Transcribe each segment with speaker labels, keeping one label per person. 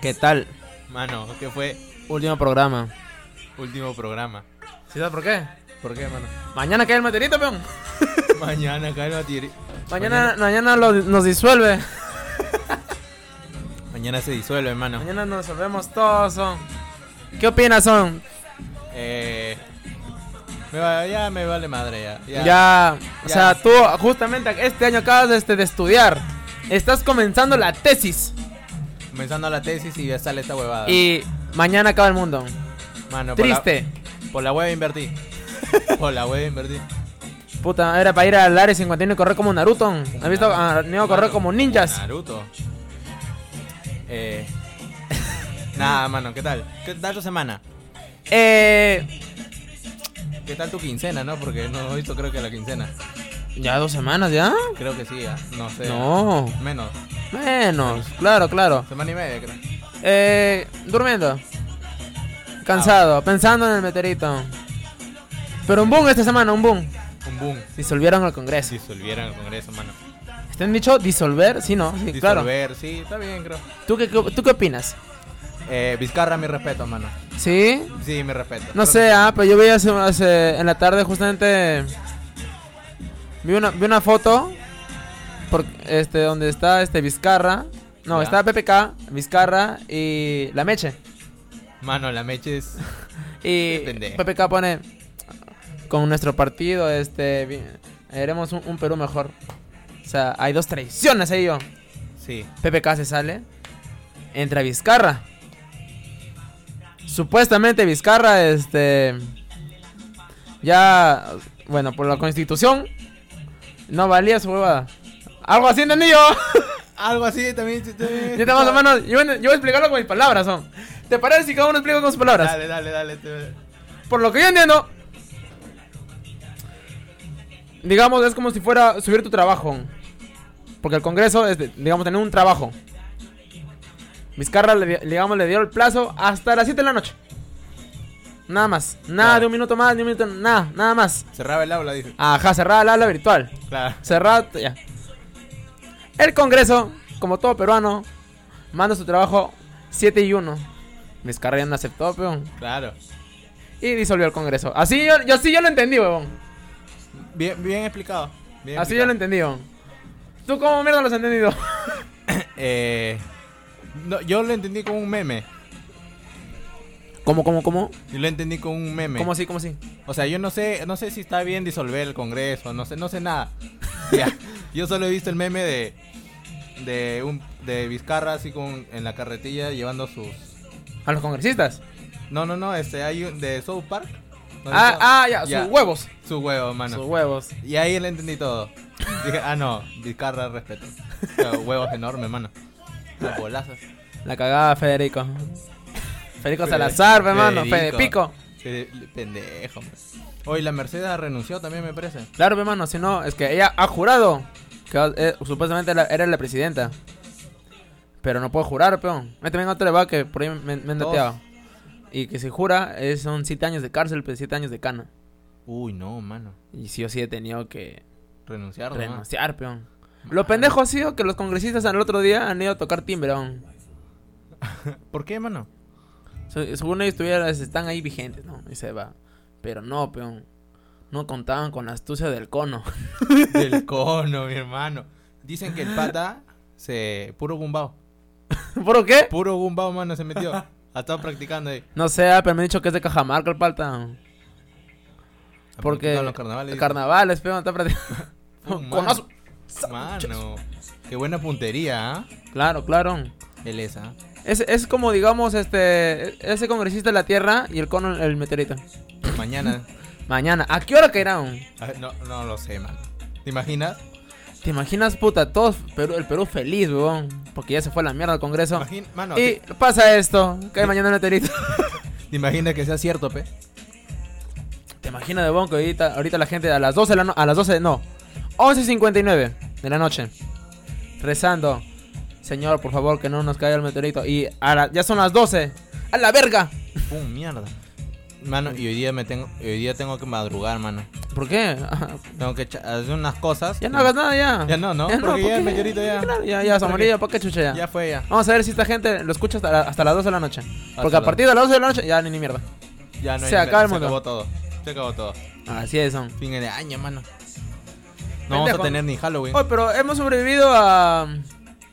Speaker 1: ¿Qué tal?
Speaker 2: Mano, ¿qué fue?
Speaker 1: Último programa.
Speaker 2: Último programa.
Speaker 3: ¿Sí sabes por qué?
Speaker 2: ¿Por qué, mano?
Speaker 3: Mañana cae el materito, peón.
Speaker 2: Mañana cae la tiri-
Speaker 3: Mañana, mañana lo- nos disuelve.
Speaker 2: Mañana se disuelve, hermano.
Speaker 3: Mañana nos resolvemos todos, son. ¿Qué opinas, son?
Speaker 2: Eh, me va- ya me vale madre, ya.
Speaker 3: Ya,
Speaker 2: Ya.
Speaker 3: o
Speaker 2: Ya.
Speaker 3: sea, tú justamente este año acabas este, de estudiar. Estás comenzando la tesis.
Speaker 2: Comenzando la tesis y ya sale esta huevada.
Speaker 3: Y mañana acaba el mundo.
Speaker 2: mano, Ah. por la-
Speaker 3: Triste.
Speaker 2: Por la web invertí. Por la web invertí.
Speaker 3: Puta, era para ir al área 51 y correr como Naruto. ¿Has visto Ah, a Neo correr
Speaker 2: Mano,
Speaker 3: como ninjas?
Speaker 2: Naruto. Eh. Nada, mano, ¿qué tal? ¿Qué tal tu semana?
Speaker 3: Eh,
Speaker 2: ¿Qué tal tu quincena, no? Porque no he visto, creo que la quincena.
Speaker 3: ya dos semanas, ¿ya?
Speaker 2: Creo que sí, ah, no sé.
Speaker 3: No,
Speaker 2: Menos.
Speaker 3: menos, claro, claro.
Speaker 2: Semana y media, creo.
Speaker 3: Eh, durmiendo.
Speaker 2: Ah.
Speaker 3: Cansado, pensando en el meteorito. Pero un boom esta semana, un boom.
Speaker 2: Un boom.
Speaker 3: Disolvieron el Congreso.
Speaker 2: Disolvieron el Congreso, mano.
Speaker 3: ¿Te han dicho disolver? Sí, no, sí, claro.
Speaker 2: Disolver, sí, está bien, creo.
Speaker 3: ¿Tú qué, qué- ¿Tú qué opinas?
Speaker 2: Eh, Vizcarra, mi respeto, mano.
Speaker 3: ¿Sí?
Speaker 2: Sí, mi respeto.
Speaker 3: No
Speaker 2: Creo
Speaker 3: sé, ah, pero yo vi hace, hace- en la tarde justamente vi una, vi una foto por, este donde está este Vizcarra, no,
Speaker 2: Ya.
Speaker 3: está PPK, Vizcarra y la Meche.
Speaker 2: que- Mano, la meche es.
Speaker 3: Y
Speaker 2: pendejo.
Speaker 3: PPK pone con nuestro partido este vi- haremos un, un Perú mejor. O sea, hay dos traiciones ahí yo.
Speaker 2: Sí.
Speaker 3: PPK se sale, entra Vizcarra. Supuestamente Vizcarra, este. Ya. Bueno, por la constitución. No valía su huevada. Algo así, entendí yo.
Speaker 2: Algo así también. también-
Speaker 3: Yo te- más o menos. Yo, yo voy a explicarlo con mis palabras, son. ¿Te parece si cada uno explica con sus palabras?
Speaker 2: Dale, dale, dale. te-
Speaker 3: Por lo que yo entiendo. Digamos, es como si fuera subir tu trabajo. Porque el Congreso es, de- digamos, tener un trabajo. Vizcarra, le, di- digamos, le dio el plazo hasta las 7 de la noche. Nada más. Nada
Speaker 2: Claro.
Speaker 3: de un minuto más, de un minuto. Nada, nada más.
Speaker 2: Cerraba el aula, dice.
Speaker 3: Ajá, cerrada la ala virtual.
Speaker 2: Claro.
Speaker 3: Cerrada, ya. El Congreso, como todo peruano, manda su trabajo 7 y 1. Vizcarra ya no aceptó, peón
Speaker 2: Claro.
Speaker 3: y disolvió el Congreso. Así yo, yo, así yo lo entendí, huevón.
Speaker 2: Bien, bien explicado. bien
Speaker 3: Así yo lo
Speaker 2: explicado.
Speaker 3: entendí, huevón. ¿Tú cómo mierda lo has entendido?
Speaker 2: Eh, no, yo lo entendí como un meme.
Speaker 3: ¿Cómo, cómo, cómo?
Speaker 2: Yo lo entendí como un meme.
Speaker 3: ¿Cómo así, cómo así?
Speaker 2: O sea, yo no sé, no sé si está bien disolver el Congreso, no sé, no sé nada. Ya, yo solo he visto el meme de de un de Vizcarra así con en la carretilla llevando sus
Speaker 3: ¿A los congresistas?
Speaker 2: No, no, no, este hay un de South Park. ¿No has
Speaker 3: Ah,
Speaker 2: visto?
Speaker 3: ah, ya,
Speaker 2: Ya.
Speaker 3: sus huevos.
Speaker 2: su huevo, mano.
Speaker 3: Sus huevos.
Speaker 2: Y ahí le entendí todo. Dije, ah, no, Vizcarra respeto. Pero Huevos enormes, mano. Ah, Las bolazas.
Speaker 3: La cagada, Federico. Federico
Speaker 2: Fede-
Speaker 3: Salazar, pe, hermano. Fede
Speaker 2: Federico.
Speaker 3: Pico.
Speaker 2: Fede- Pendejo. man. Oye, la Mercedes renunció también, me parece.
Speaker 3: Claro, pe, hermano, si no, es que ella ha jurado que eh, supuestamente la- era la presidenta. Pero no puedo jurar, peón. Méteme en otro va que por ahí me, me han
Speaker 2: Dos.
Speaker 3: dateado. Y que si jura, eh, son 7 años de cárcel, 7 años de cana.
Speaker 2: Uy, no, mano.
Speaker 3: Y sí o sí he tenido que
Speaker 2: Renunciaron. ¿no?
Speaker 3: renunciar, peón. Lo pendejo ha sido que los congresistas al otro día han ido a tocar timbre, aún.
Speaker 2: ¿Por qué, mano?
Speaker 3: Se- Según ellos tuvieran- están ahí vigentes, ¿no? Y se va. Pero no, peón. No contaban con la astucia del cono.
Speaker 2: Del cono, mi hermano. Dicen que el pata se. puro gumbao.
Speaker 3: ¿Por qué?
Speaker 2: Puro gumbao, mano, se metió. Ha estado practicando ahí.
Speaker 3: No sé, ah, pero me han dicho que es de Cajamarca el palta.
Speaker 2: Ha
Speaker 3: Porque
Speaker 2: practicado en los carnavales. dicen.
Speaker 3: carnavales, peón. Está perdido.
Speaker 2: Uh, mano.
Speaker 3: Conazo.
Speaker 2: Mano. Qué buena puntería, ¿ah?
Speaker 3: Claro, claro.
Speaker 2: Él es, ¿ah?
Speaker 3: Es, es como, digamos, este... Ese congresista de la Tierra y el cono el meteorito.
Speaker 2: Mañana.
Speaker 3: Mañana. ¿A qué hora caerán?
Speaker 2: A ver, No, no lo sé, mano. ¿Te imaginas?
Speaker 3: ¿Te imaginas, puta? Todos Perú, el Perú feliz, weón. Porque ya se fue a la mierda al Congreso.
Speaker 2: Imagin- mano,
Speaker 3: y pasa esto. Cae mañana el meteorito.
Speaker 2: ¿te imaginas que sea cierto, pe?
Speaker 3: ¿Te imaginas, weón, que ahorita, ahorita la gente a las 12 de la no... A las 12, no. 11.59 de la noche. Rezando. Señor, por favor, que no nos caiga el meteorito. Y a la- ya son las 12. ¡A la verga!
Speaker 2: Pum, mierda. Mano, y hoy día me tengo, hoy día tengo que madrugar, mano.
Speaker 3: ¿Por qué?
Speaker 2: Tengo que cha- hacer unas cosas.
Speaker 3: Ya no hagas nada, ya.
Speaker 2: Ya no, ¿no? Porque ya el meteorito ya-
Speaker 3: Claro, ya, ya, se
Speaker 2: Porque-
Speaker 3: amarillo, ¿para qué chucha ya?
Speaker 2: Ya fue ya.
Speaker 3: Vamos a ver si esta gente lo escucha hasta, la- hasta las 2 de la noche. Porque
Speaker 2: Hasta
Speaker 3: a partir de las 2 de la noche, ya ni, ni mierda.
Speaker 2: Ya no hay
Speaker 3: Se acaba el
Speaker 2: se
Speaker 3: mundo.
Speaker 2: acabó todo. Se acabó todo.
Speaker 3: Así es, son.
Speaker 2: Fin de año, mano. No vamos a
Speaker 3: Pendejo. Oh,
Speaker 2: tener ni Halloween.
Speaker 3: Oye, pero hemos sobrevivido a.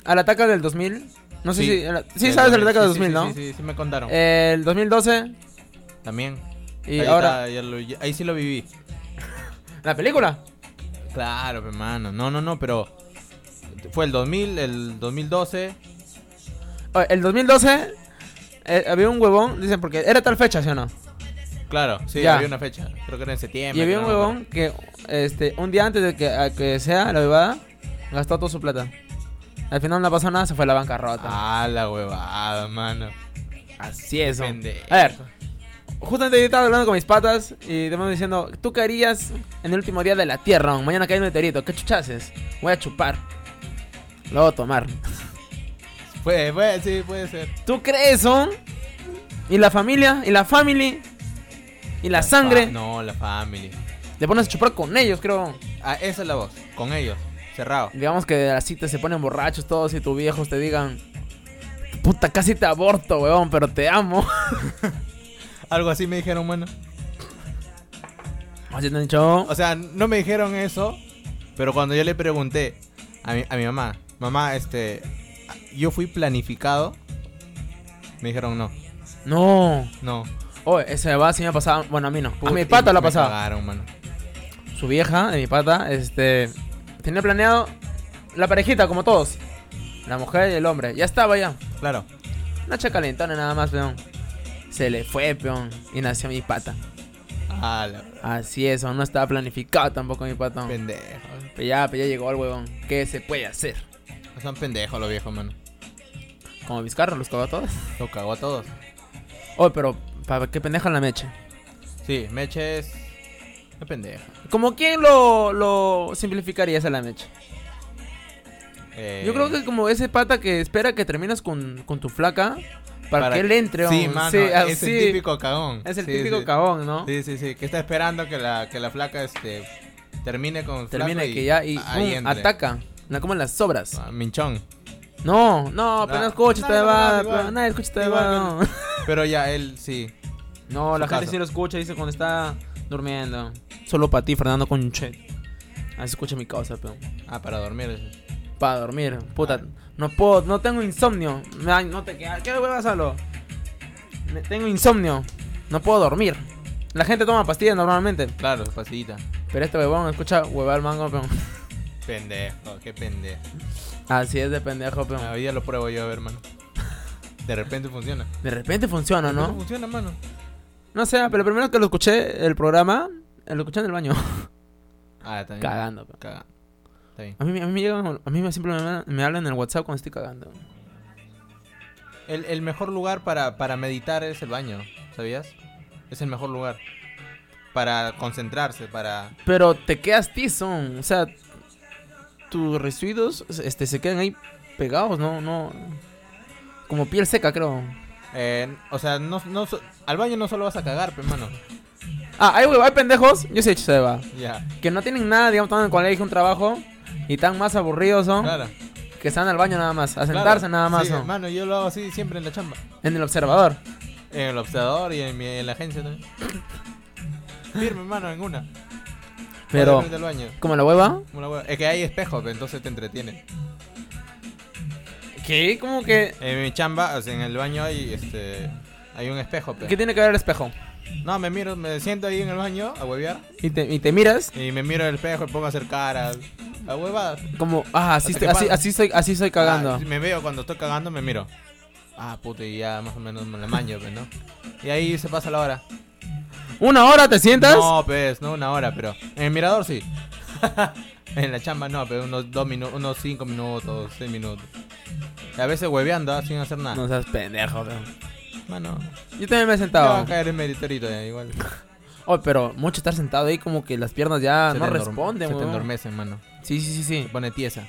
Speaker 3: al ataque del 2000. No sé
Speaker 2: Sí.
Speaker 3: si. el- sí,
Speaker 2: Del
Speaker 3: sabes el
Speaker 2: 2000,
Speaker 3: ataque del
Speaker 2: sí,
Speaker 3: 2000,
Speaker 2: sí,
Speaker 3: ¿no?
Speaker 2: Sí, sí, sí, sí me contaron.
Speaker 3: El 2012.
Speaker 2: También.
Speaker 3: Y
Speaker 2: ahí
Speaker 3: ahora.
Speaker 2: está, ya lo- ya- ahí sí lo viví.
Speaker 3: La película.
Speaker 2: Claro, hermano. No, no, no, pero fue el 2000, el 2012.
Speaker 3: Oye, el 2012. eh, había un huevón, dicen, porque era tal fecha, ¿sí o no?
Speaker 2: Claro, sí,
Speaker 3: Ya.
Speaker 2: había una fecha. Creo que era en septiembre.
Speaker 3: Y había
Speaker 2: no
Speaker 3: un
Speaker 2: me acuerdo.
Speaker 3: huevón que este, un día antes de que, a que sea la bebada, gastó toda su plata. Al final no pasó nada, se fue a la bancarrota.
Speaker 2: Ah, la huevada, mano.
Speaker 3: Así es. son.
Speaker 2: pendejo.
Speaker 3: A ver, justamente yo estaba hablando con mis patas y te diciendo, ¿tú qué harías en el último día de la Tierra? Ron? Mañana cae un meteorito, ¿qué chuchases? Voy a chupar. Luego tomar.
Speaker 2: Puede, puede, sí, puede ser.
Speaker 3: ¿Tú crees, son? ¿Y la familia? ¿Y la family? ¿Y la, sangre?
Speaker 2: fa- Ah, no, la family.
Speaker 3: Te pones a chupar con ellos, creo.
Speaker 2: Ah, esa es la voz. Con ellos. Cerrado.
Speaker 3: Digamos que así te se ponen borrachos todos y tus viejos te digan, puta, casi te aborto, weón, pero te amo.
Speaker 2: Algo así me dijeron, mano.
Speaker 3: Así te han dicho,
Speaker 2: O sea, no me dijeron eso, pero cuando yo le pregunté a mi, a mi mamá, mamá, este, yo fui planificado, me dijeron no,
Speaker 3: no.
Speaker 2: no.
Speaker 3: Oye, ese va, sí me ha pasado, bueno, a mí no. a mi
Speaker 2: Puta,
Speaker 3: pata
Speaker 2: y
Speaker 3: la
Speaker 2: me
Speaker 3: pasaba.
Speaker 2: cagaron, mano.
Speaker 3: su vieja, de mi pata, este. Tenía planeado la parejita, como todos. La mujer y el hombre. Ya estaba ya.
Speaker 2: Claro.
Speaker 3: Una chacalentona nada más, peón. Se le fue, peón. Y nació mi pata.
Speaker 2: Ah, la
Speaker 3: Así es, no estaba planificado tampoco mi pata.
Speaker 2: pendejo.
Speaker 3: Pero ya, pero ya llegó el huevón. ¿Qué se puede hacer?
Speaker 2: Son pendejos los viejos, mano.
Speaker 3: Como mis carros, los cagó a todos.
Speaker 2: Lo cagó a todos.
Speaker 3: Oh, pero, ¿para qué pendeja la mecha?
Speaker 2: Sí, Meche es... Qué pendejo.
Speaker 3: ¿Como quién lo, lo simplificarías a la mecha?
Speaker 2: Eh,
Speaker 3: Yo creo que como ese pata que espera que terminas con, con tu flaca para, que él entre.
Speaker 2: Sí,
Speaker 3: o-
Speaker 2: mano,
Speaker 3: sí,
Speaker 2: es el
Speaker 3: así.
Speaker 2: típico cagón.
Speaker 3: Es el
Speaker 2: Sí,
Speaker 3: típico
Speaker 2: sí.
Speaker 3: cabón, ¿no?
Speaker 2: Sí, sí, sí, que está esperando que la, que la flaca, este, termine con el
Speaker 3: Termina
Speaker 2: flaco y
Speaker 3: que ya y
Speaker 2: ahí
Speaker 3: ¡pum!
Speaker 2: entre.
Speaker 3: ataca. No como en las sobras.
Speaker 2: Ah, Minchón.
Speaker 3: No, no, apenas
Speaker 2: Nah.
Speaker 3: escucha esta
Speaker 2: Nah,
Speaker 3: bebada.
Speaker 2: igual.
Speaker 3: pero Nadie escucha esta
Speaker 2: Igual
Speaker 3: bebada. No,
Speaker 2: Pero ya él sí.
Speaker 3: No, la
Speaker 2: Su
Speaker 3: gente
Speaker 2: casa.
Speaker 3: sí lo escucha, dice cuando está durmiendo. Solo para ti, Fernando Conchet. Así escucha mi causa, pero.
Speaker 2: Ah, para dormir.
Speaker 3: Para dormir, puta. No puedo, no tengo insomnio. Me da- no te quedas. ¿Qué huevas hablo? Me- Tengo insomnio. No puedo dormir. La gente toma pastillas normalmente.
Speaker 2: Claro, pasillita.
Speaker 3: Pero este huevón escucha huevar mango, pero.
Speaker 2: Pendejo, qué pendejo.
Speaker 3: Así es de pendejo, pero.
Speaker 2: Hoy día lo pruebo yo, a ver, mano. De repente funciona.
Speaker 3: De repente funciona,
Speaker 2: De repente
Speaker 3: ¿no?
Speaker 2: Funciona, mano.
Speaker 3: No sé, pero primero que lo escuché el programa, eh, lo escuché en el baño.
Speaker 2: Ah, también.
Speaker 3: Cagando. pe.
Speaker 2: Caga. Está bien.
Speaker 3: A mí, a mí, me llegan- a mí me- siempre me, me hablan en el WhatsApp cuando estoy cagando.
Speaker 2: El, el mejor lugar para, para meditar es el baño, ¿sabías? Es el mejor lugar. Para concentrarse, para...
Speaker 3: Pero te quedas tizón, o sea, tus residuos este, se quedan ahí pegados, ¿no? no Como piel seca, creo.
Speaker 2: eh, o sea, no, no, so- al baño no solo vas a cagar, pues, mano.
Speaker 3: Ah, hay, huev- hay pendejos, yo sé, se va.
Speaker 2: Ya,
Speaker 3: Que no tienen nada, digamos, están en el colegio, un trabajo, y tan más aburridos son
Speaker 2: claro.
Speaker 3: que están al baño nada más, a sentarse
Speaker 2: claro.
Speaker 3: nada más,
Speaker 2: Sí,
Speaker 3: ¿no?
Speaker 2: mano, yo lo hago así siempre en la chamba.
Speaker 3: En el observador.
Speaker 2: En el observador y en, mi- en la agencia también. Firme, mano, en una.
Speaker 3: Pero,
Speaker 2: Del baño.
Speaker 3: como la hueva,
Speaker 2: como la hueva. Es que hay espejos, pe, entonces te entretiene.
Speaker 3: que como que
Speaker 2: En mi chamba, o sea, en el baño hay este hay un espejo. pe.
Speaker 3: ¿Qué tiene que ver el espejo?
Speaker 2: No, me miro, me siento ahí en el baño a huevear
Speaker 3: Y te, y te miras
Speaker 2: y me miro en el espejo y pongo a hacer caras. A huevadas.
Speaker 3: como, ah, así,
Speaker 2: Hasta que
Speaker 3: estoy- así,
Speaker 2: pasa.
Speaker 3: así, estoy, así estoy cagando.
Speaker 2: Ah, me veo cuando estoy cagando, me miro. Ah, puta, y ya más o menos me la maño, pues, ¿no? Y ahí se pasa la hora.
Speaker 3: ¿Una hora te sientas?
Speaker 2: No, pues, no una hora, pero en el mirador sí. en la chamba no, pero unos dos minutos, unos cinco minutos, seis minutos. Y a veces hueveando ah, sin hacer nada.
Speaker 3: No seas pendejo, bro.
Speaker 2: Mano,
Speaker 3: Yo también me he
Speaker 2: te va a
Speaker 3: sentado.
Speaker 2: caer el meritorito ya, igual.
Speaker 3: Oh, pero mucho estar sentado ahí como que las piernas ya
Speaker 2: Se
Speaker 3: Ah, no
Speaker 2: te endorm-
Speaker 3: responden,
Speaker 2: Se te
Speaker 3: weón.
Speaker 2: endormece, mano.
Speaker 3: Sí, sí, sí,
Speaker 2: Se
Speaker 3: sí.
Speaker 2: pone tiesa.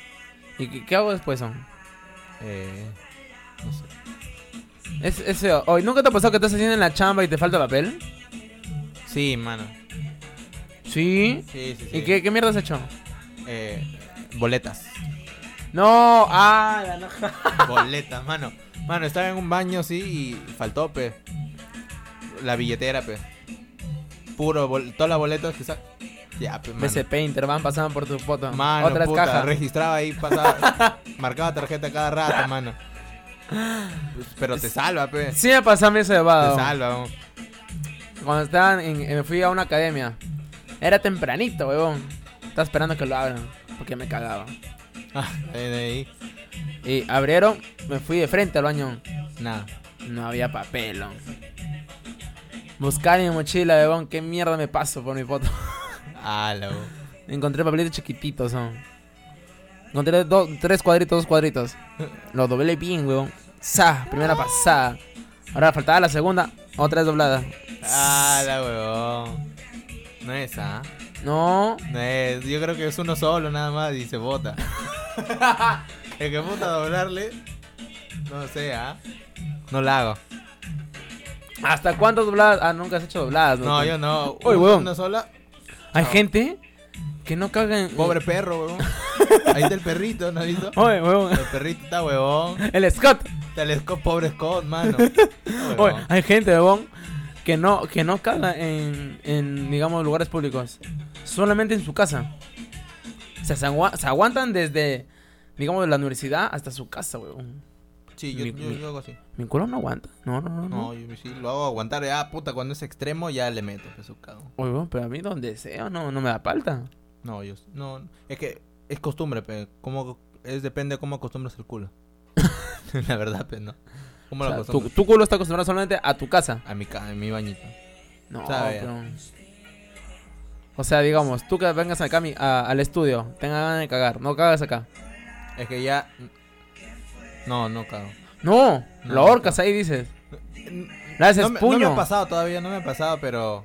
Speaker 3: ¿Y qué, qué hago después, son?
Speaker 2: Eh, no sé.
Speaker 3: Es, es feo. Oh, ¿y ¿Nunca te ha pasado que estás haciendo en la chamba y te falta papel?
Speaker 2: Sí, mano.
Speaker 3: ¿Sí?
Speaker 2: Sí, sí, sí.
Speaker 3: ¿Y qué, qué mierda has hecho?
Speaker 2: Eh, boletas.
Speaker 3: No, ah, la noja.
Speaker 2: Boletas, mano. Mano, estaba en un baño, sí, y faltó, pe. La billetera, pe. Puro, bol- todas las boletas que sa- Ya, pe, mano.
Speaker 3: BC Painter, van, pasaban por tu foto.
Speaker 2: Mano,
Speaker 3: Otras
Speaker 2: puta,
Speaker 3: cajas.
Speaker 2: registraba ahí, pasaba, marcaba tarjeta cada rato, mano. Pues, Pero te salva, pe. Te
Speaker 3: Sí me pasó a mí eso de vado.
Speaker 2: salva, weón.
Speaker 3: Cuando estaban en, en- fui a una academia. Era tempranito, huevón. Estaba esperando que lo abran. Porque me cagaba.
Speaker 2: Ah, ahí, ahí.
Speaker 3: Y abrieron, me fui de frente al baño.
Speaker 2: Nada.
Speaker 3: No había papel, huevón. Buscar mi mochila, huevón. ¿Qué mierda me paso por mi foto?
Speaker 2: Ala, weón.
Speaker 3: Encontré papelitos chiquititos, huevón. Encontré dos, tres cuadritos, dos cuadritos. Lo doblé bien, huevón. Sa, primera pasada. Ahora faltaba la segunda, otra vez doblada.
Speaker 2: Ala, weón. No es, ah.
Speaker 3: No,
Speaker 2: No es. Yo creo que es uno solo, nada más, y se bota. El que puta doblarle. No sé, ah. No la hago.
Speaker 3: ¿Hasta cuántas dobladas? Ah, nunca has hecho dobladas,
Speaker 2: No, yo no.
Speaker 3: Uy, weón.
Speaker 2: Una sola.
Speaker 3: Hay gente que no caga en.
Speaker 2: Pobre perro, weón. Ahí está el perrito, ¿no has visto?
Speaker 3: Oye, huevón.
Speaker 2: El perrito está, huevón.
Speaker 3: El Scott.
Speaker 2: Telescop, pobre Scott, mano.
Speaker 3: Oye,
Speaker 2: Huevón.
Speaker 3: hay gente, huevón, que no, que no caga en, en, digamos, lugares públicos. Solamente en su casa. O sea, se, agua- se aguantan desde, digamos, la universidad hasta su casa, huevón.
Speaker 2: Sí, yo,
Speaker 3: mi-
Speaker 2: yo,
Speaker 3: mi-
Speaker 2: yo hago así.
Speaker 3: Mi culo no aguanta. No, no, no. no.
Speaker 2: No, yo sí lo hago aguantar. Ah, puta, cuando es extremo ya le meto, pues, su cago.
Speaker 3: Oye, huevón, pero a mí donde sea, no, no me da falta.
Speaker 2: No, yo no. Es que es costumbre, pero como es depende de cómo acostumbras el culo. la verdad, pero no.
Speaker 3: O
Speaker 2: ¿Cómo lo
Speaker 3: sea, tu,
Speaker 2: acostumbras?
Speaker 3: tu culo está acostumbrado solamente a tu casa.
Speaker 2: A mi ca- a mi bañito.
Speaker 3: No,
Speaker 2: Sabe.
Speaker 3: pero... O sea, digamos, tú que vengas acá a mi- a- al estudio, tengas ganas de cagar, no cagas acá.
Speaker 2: Es que ya No, no cago.
Speaker 3: No,
Speaker 2: No,
Speaker 3: lo ahorcas ahí, dices. Le haces
Speaker 2: No me, no
Speaker 3: puño.
Speaker 2: me ha pasado todavía, no me ha pasado, pero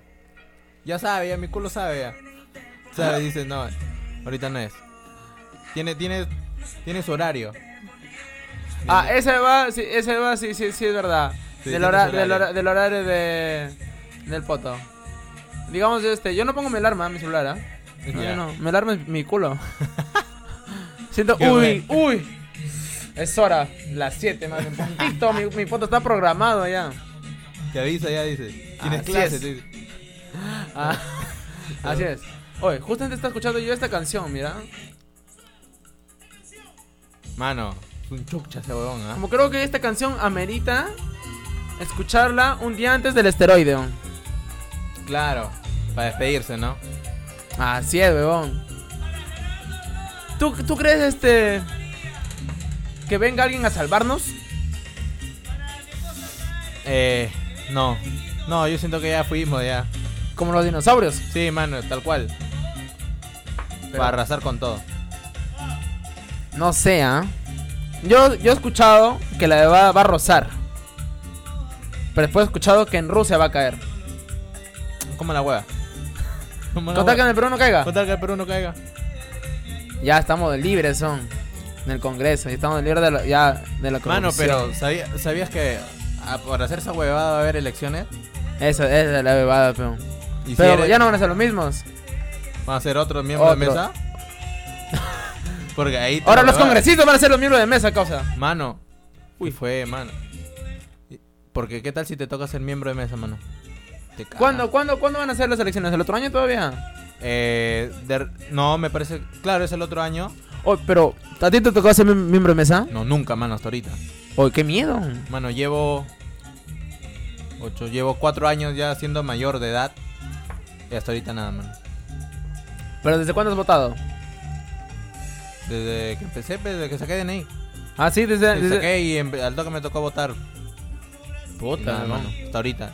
Speaker 2: ya sabe, ya mi culo sabe ya. Sabe, dice, no, ahorita no es. Tiene tiene tiene su horario.
Speaker 3: ah, ese va, sí, ese va, sí, sí, sí, es verdad.
Speaker 2: Sí,
Speaker 3: del,
Speaker 2: tiene
Speaker 3: hora-
Speaker 2: su
Speaker 3: del,
Speaker 2: horario.
Speaker 3: hora- del horario de, del poto. Digamos, este, yo no pongo mi alarma en mi celular, ¿ah? No,
Speaker 2: Ya.
Speaker 3: yo no, mi alarma es mi culo. Siento,
Speaker 2: Qué
Speaker 3: uy, uy. Es hora, las 7, más un puntito, mi, mi foto está programado ya.
Speaker 2: Te avisa ya dice. Tienes
Speaker 3: Así
Speaker 2: clase,
Speaker 3: es.
Speaker 2: te dice.
Speaker 3: Ah, así es. Oye, justamente está escuchando yo esta canción, mira.
Speaker 2: Mano, es un chucha ese huevón, ¿ah?
Speaker 3: Como creo que esta canción amerita escucharla un día antes del esteroide. weón.
Speaker 2: Claro, para despedirse, ¿no?
Speaker 3: Así es, bebón. ¿Tú, ¿Tú crees este que venga alguien a salvarnos?
Speaker 2: Eh, no. No, yo siento que ya fuimos ya.
Speaker 3: Como los dinosaurios.
Speaker 2: Sí, mano, tal cual.
Speaker 3: Pero-
Speaker 2: Para arrasar con todo.
Speaker 3: No sé, ¿ah? Yo, yo he escuchado que la bebada va a rozar. Pero después he escuchado que en Rusia va a caer.
Speaker 2: Como la hueva. Como la
Speaker 3: Total que en
Speaker 2: hueva.
Speaker 3: el Perú no caiga.
Speaker 2: Con tal que el Perú no caiga.
Speaker 3: Ya estamos libres, son. En el Congreso. Y estamos libres de la, ya de la corrupción.
Speaker 2: Mano, pero ¿sabía- ¿sabías que ah, por hacer esa huevada va a haber elecciones?
Speaker 3: Eso, esa es la bebada, peón.
Speaker 2: Y
Speaker 3: Pero
Speaker 2: si eres-
Speaker 3: ya no van a ser los mismos.
Speaker 2: ¿Van a ser otro miembro de
Speaker 3: Otro.
Speaker 2: mesa? Porque ahí... te
Speaker 3: Ahora los
Speaker 2: huevada.
Speaker 3: congresistas van a ser los miembros de mesa, causa.
Speaker 2: Mano. Uy, fue, mano. Y- Porque ¿qué tal si te toca ser miembro de mesa, mano? Te cagas.
Speaker 3: ¿Cuándo, cuándo, cuándo van a ser las elecciones? ¿El otro año todavía?
Speaker 2: Eh, de- no, me parece... Claro, es el otro año.
Speaker 3: Oh, pero, ¿a ti te tocó ser miem- miembro de mesa?
Speaker 2: No, nunca, mano, hasta ahorita.
Speaker 3: Oh, qué miedo.
Speaker 2: Mano, llevo. Ocho, llevo cuatro años ya siendo mayor de edad. Y hasta ahorita nada, mano.
Speaker 3: ¿Pero desde cuándo has votado?
Speaker 2: Desde que empecé, pues, desde que saqué DNI.
Speaker 3: Ah, sí, desde...
Speaker 2: Desde
Speaker 3: desde...
Speaker 2: saqué y empe- al toque me tocó votar. Y nada, mano. Hasta ahorita.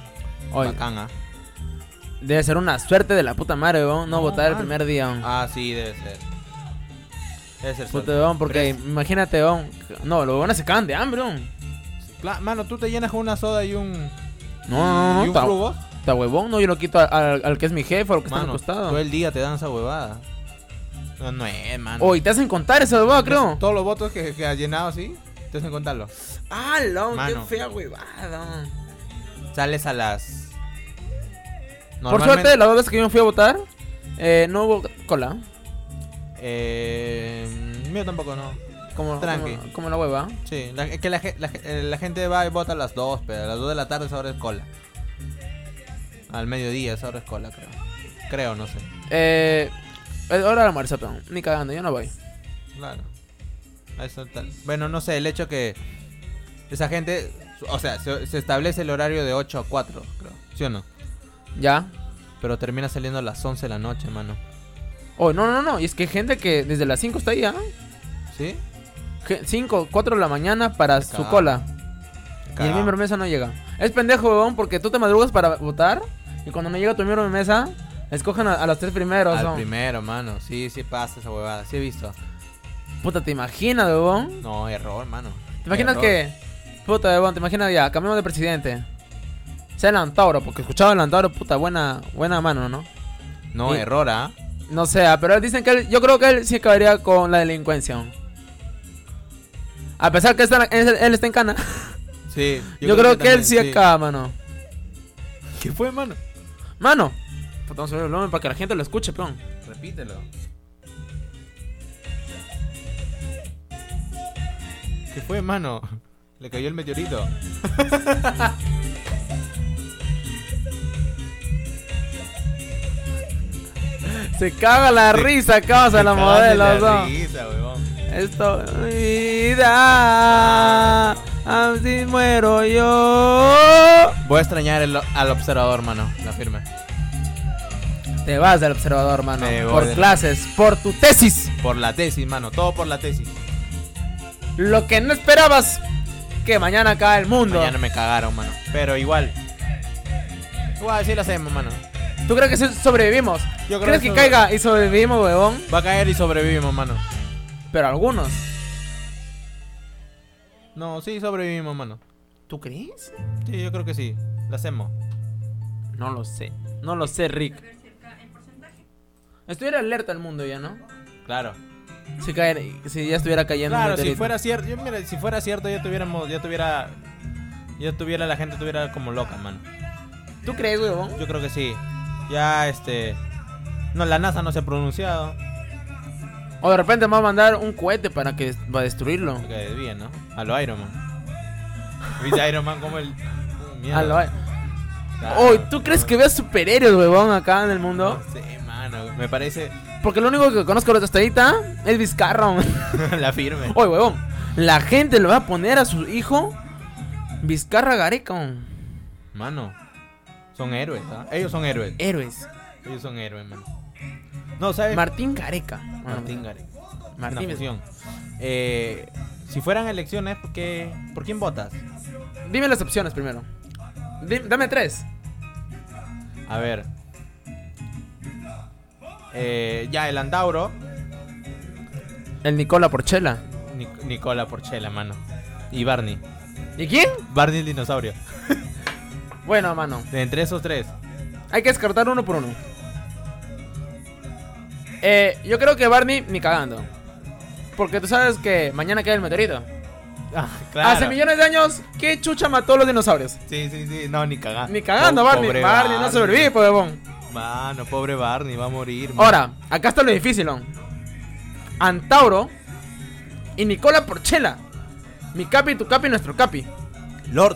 Speaker 3: Oye,
Speaker 2: Bacán, ¿ah?
Speaker 3: debe ser una suerte de la puta madre, weón, no,
Speaker 2: No,
Speaker 3: votar el
Speaker 2: mano.
Speaker 3: primer día. weón.
Speaker 2: Ah, sí, debe ser. Debe ser
Speaker 3: Puta,
Speaker 2: suerte.
Speaker 3: weón, porque
Speaker 2: Pero
Speaker 3: imagínate, weón. No, los weones se cagan de hambre, weón.
Speaker 2: es- cla- Mano, tú te llenas con una soda y un.
Speaker 3: No, no, no, no.
Speaker 2: y un
Speaker 3: ta-
Speaker 2: frugo.
Speaker 3: Está huevón, no, yo lo quito al, al- al que es mi jefe o al que
Speaker 2: Mano,
Speaker 3: Ah. está acostado.
Speaker 2: todo el día te dan esa huevada. No, no es, mano.
Speaker 3: Oh, y te hacen contar esa huevada, creo.
Speaker 2: Todos los votos que, que has llenado, sí. Te hacen contarlo.
Speaker 3: Ah, no,
Speaker 2: Mano.
Speaker 3: fea huevada.
Speaker 2: Sales a las.
Speaker 3: Por suerte,
Speaker 2: Normalmente-
Speaker 3: las dos veces que yo fui a votar, Eh, no hubo cola.
Speaker 2: Eh, mío tampoco, no.
Speaker 3: Como,
Speaker 2: Tranqui.
Speaker 3: como, como la hueva.
Speaker 2: Sí, la- es que la, ge- la ge- eh, la gente va y vota a las 2, pero a las 2 de la tarde esa hora es cola. Al mediodía esa hora es cola, creo. Creo, no sé.
Speaker 3: Eh, eh, hora de almuerzo, pero ni cagando, yo no voy.
Speaker 2: Claro. Eso tal. Bueno, no sé, el hecho que esa gente, o sea, se, se establece el horario de 8 a 4, creo. ¿Sí o no?
Speaker 3: Ya.
Speaker 2: Pero termina saliendo a las 11 de la noche, mano.
Speaker 3: Oh, no, no, no. Y es que hay gente que desde las 5 está ahí, ¿ah?
Speaker 2: ¿Sí?
Speaker 3: 5, 4 de la mañana para su
Speaker 2: Cagado.
Speaker 3: cola. Y el
Speaker 2: Cagado.
Speaker 3: miembro de mesa no llega. Es pendejo, huevón, porque tú te madrugas para votar y cuando no llega tu miembro de mesa, escogen a, a los tres primeros.
Speaker 2: Al
Speaker 3: ¿no?
Speaker 2: primero, mano. Sí, sí pasa esa huevada. Sí he visto.
Speaker 3: Puta, ¿te imaginas, huevón?
Speaker 2: No, error, mano.
Speaker 3: ¿Te imaginas que... Puta, huevón, ¿te imaginas ya? Cambiamos de presidente. Sea el Antauro, porque escuchaba el Antauro, puta, buena, buena mano, ¿no?
Speaker 2: No,
Speaker 3: Sí.
Speaker 2: error, ¿ah?
Speaker 3: No sé, ah, pero dicen que él, yo creo que él sí acabaría con la delincuencia. huevón. A pesar que está, él, él está en cana,
Speaker 2: Sí.
Speaker 3: yo, creo, que, él
Speaker 2: también,
Speaker 3: sí, acaba, mano.
Speaker 2: ¿Qué fue, mano?
Speaker 3: Mano, puta, vamos a subir el volumen para que la gente lo escuche, peón.
Speaker 2: Repítelo. ¿Qué fue, mano? Le cayó el meteorito.
Speaker 3: Se caga la risa, causa la modelo,
Speaker 2: La
Speaker 3: ¿no?
Speaker 2: risa, huevón.
Speaker 3: Esto es vida. Así muero yo.
Speaker 2: Voy a extrañar el- al observador, mano. La firma.
Speaker 3: Te vas del observador, mano.
Speaker 2: Me voy
Speaker 3: Por
Speaker 2: del-
Speaker 3: clases, por tu tesis.
Speaker 2: Por la tesis, mano. Todo por la tesis.
Speaker 3: Lo que no esperabas. Que mañana cae el mundo.
Speaker 2: Mañana me cagaron, mano. Pero igual. Igual, sí lo hacemos, mano.
Speaker 3: ¿Tú crees que sí sobrevivimos?
Speaker 2: Yo creo
Speaker 3: ¿Crees
Speaker 2: que
Speaker 3: que
Speaker 2: sobre-
Speaker 3: caiga y sobrevivimos, huevón?
Speaker 2: Va a caer y sobrevivimos, mano.
Speaker 3: Pero algunos.
Speaker 2: No, sí sobrevivimos, mano.
Speaker 3: ¿Tú crees?
Speaker 2: Sí, yo creo que sí. Lo hacemos.
Speaker 3: No lo sé. No lo sé, Rick. Estuviera alerta al mundo ya, ¿no?
Speaker 2: Claro.
Speaker 3: Si, caer, si ya estuviera cayendo. un
Speaker 2: Claro, si
Speaker 3: meteorito.
Speaker 2: fuera cierto, yo, mira, si fuera cierto, ya tuviéramos, ya tuviera, ya tuviera la gente tuviera como loca, mano.
Speaker 3: ¿Tú crees, huevón?
Speaker 2: Yo creo que sí. Ya, este, no, la NASA no se ha pronunciado,
Speaker 3: O de repente va a mandar un cohete para que va a destruirlo.
Speaker 2: porque desvían, ¿no? A lo Iron Man. ¿Viste a Iron Man como el? Oh, mierda.
Speaker 3: Ah, lo hay.
Speaker 2: Claro,
Speaker 3: Oh, ¿tú crees que
Speaker 2: no-
Speaker 3: veas superhéroes, huevón, acá en el mundo?
Speaker 2: No sé, mano. Me parece
Speaker 3: Porque lo único que conozco hasta ahorita es Vizcarra. Oye,
Speaker 2: la firme.
Speaker 3: huevón, la gente le va a poner a su hijo Vizcarra Gareca. huevón.
Speaker 2: Mano, son héroes, ¿ah? Ellos son héroes.
Speaker 3: Eh. Héroes.
Speaker 2: Ellos son héroes, mano. No, ¿sabes?
Speaker 3: Martín Gareca.
Speaker 2: Martín Gare.
Speaker 3: Martín
Speaker 2: Una
Speaker 3: Vizcarra.
Speaker 2: fusión. Eh, si fueran elecciones, ¿por, qué- ¿por quién votas?
Speaker 3: Dime las opciones primero. Di- dame tres.
Speaker 2: A ver. Eh, ya, el Andauro.
Speaker 3: El Nicola Porchela.
Speaker 2: Nic- Nicola Porchela, mano. Y Barney.
Speaker 3: ¿Y quién?
Speaker 2: Barney el dinosaurio.
Speaker 3: Bueno, mano.
Speaker 2: De entre esos tres.
Speaker 3: Hay que descartar uno por uno. Eh, yo creo que Barney ni cagando. Porque tú sabes que mañana cae el meteorito.
Speaker 2: Ah, claro.
Speaker 3: Hace millones de años, ¿qué chucha mató a los dinosaurios?
Speaker 2: Sí, sí, sí. No, ni cagando.
Speaker 3: Ni cagando, Barney. Barney, no sobrevive, huevón.
Speaker 2: Mano, pobre Barney, va a morir. mano.
Speaker 3: Ahora, acá está lo difícil, ¿no? Antauro y Nicola Porchela. Mi capi, tu capi, nuestro capi.
Speaker 2: Lord.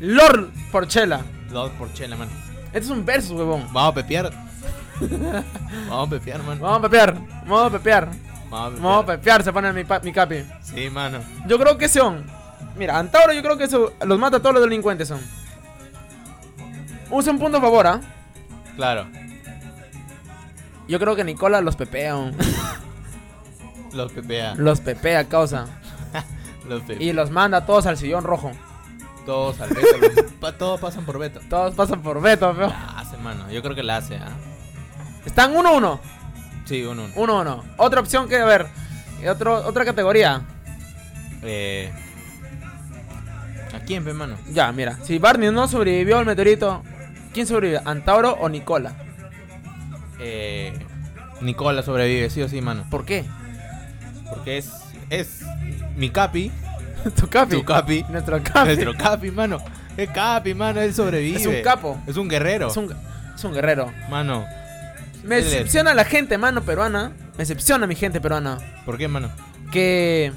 Speaker 3: Lord Porchela.
Speaker 2: Lord Porchela, mano.
Speaker 3: Este es un versus, huevón.
Speaker 2: Vamos a pepear. Vamos a pepear, mano.
Speaker 3: Vamos a pepear. Vamos a pepear. Vamos a pepear, se pone mi, pa- mi capi.
Speaker 2: Sí, mano.
Speaker 3: Yo creo que son. Mira, Antauro yo creo que eso los mata a todos los delincuentes son. Usa un punto a favor, ¿ah?
Speaker 2: Claro.
Speaker 3: Yo creo que Nicola los pepea. un-
Speaker 2: Los pepea.
Speaker 3: los pepea, causa.
Speaker 2: Los pepea.
Speaker 3: Y los manda a todos al sillón rojo.
Speaker 2: Todos al Beto. mano. Pa- todos pasan por Beto.
Speaker 3: Todos pasan por Beto, feo.
Speaker 2: La hace, mano. Yo creo que la hace, ¿ah?
Speaker 3: Están 1-1. Uno, uno,
Speaker 2: Sí, uno, uno.
Speaker 3: uno, uno. Otra opción que, a ver. y Otro, otra categoría.
Speaker 2: Eh, ¿A quién, pe, mano?
Speaker 3: Ya, mira. Si Barney no sobrevivió al meteorito, ¿quién sobrevive? ¿Antauro o Nicola?
Speaker 2: Eh, Nicola sobrevive, sí o sí, mano.
Speaker 3: ¿Por qué?
Speaker 2: Porque es, es mi capi,
Speaker 3: tu capi.
Speaker 2: Tu capi.
Speaker 3: Nuestro capi.
Speaker 2: nuestro capi, mano. Es capi, mano, él sobrevive.
Speaker 3: Es un capo.
Speaker 2: Es un guerrero.
Speaker 3: Es un, es un guerrero.
Speaker 2: Mano,
Speaker 3: Me
Speaker 2: Dile.
Speaker 3: decepciona la gente, mano, peruana. Me decepciona mi gente peruana.
Speaker 2: ¿Por qué, mano?
Speaker 3: Que.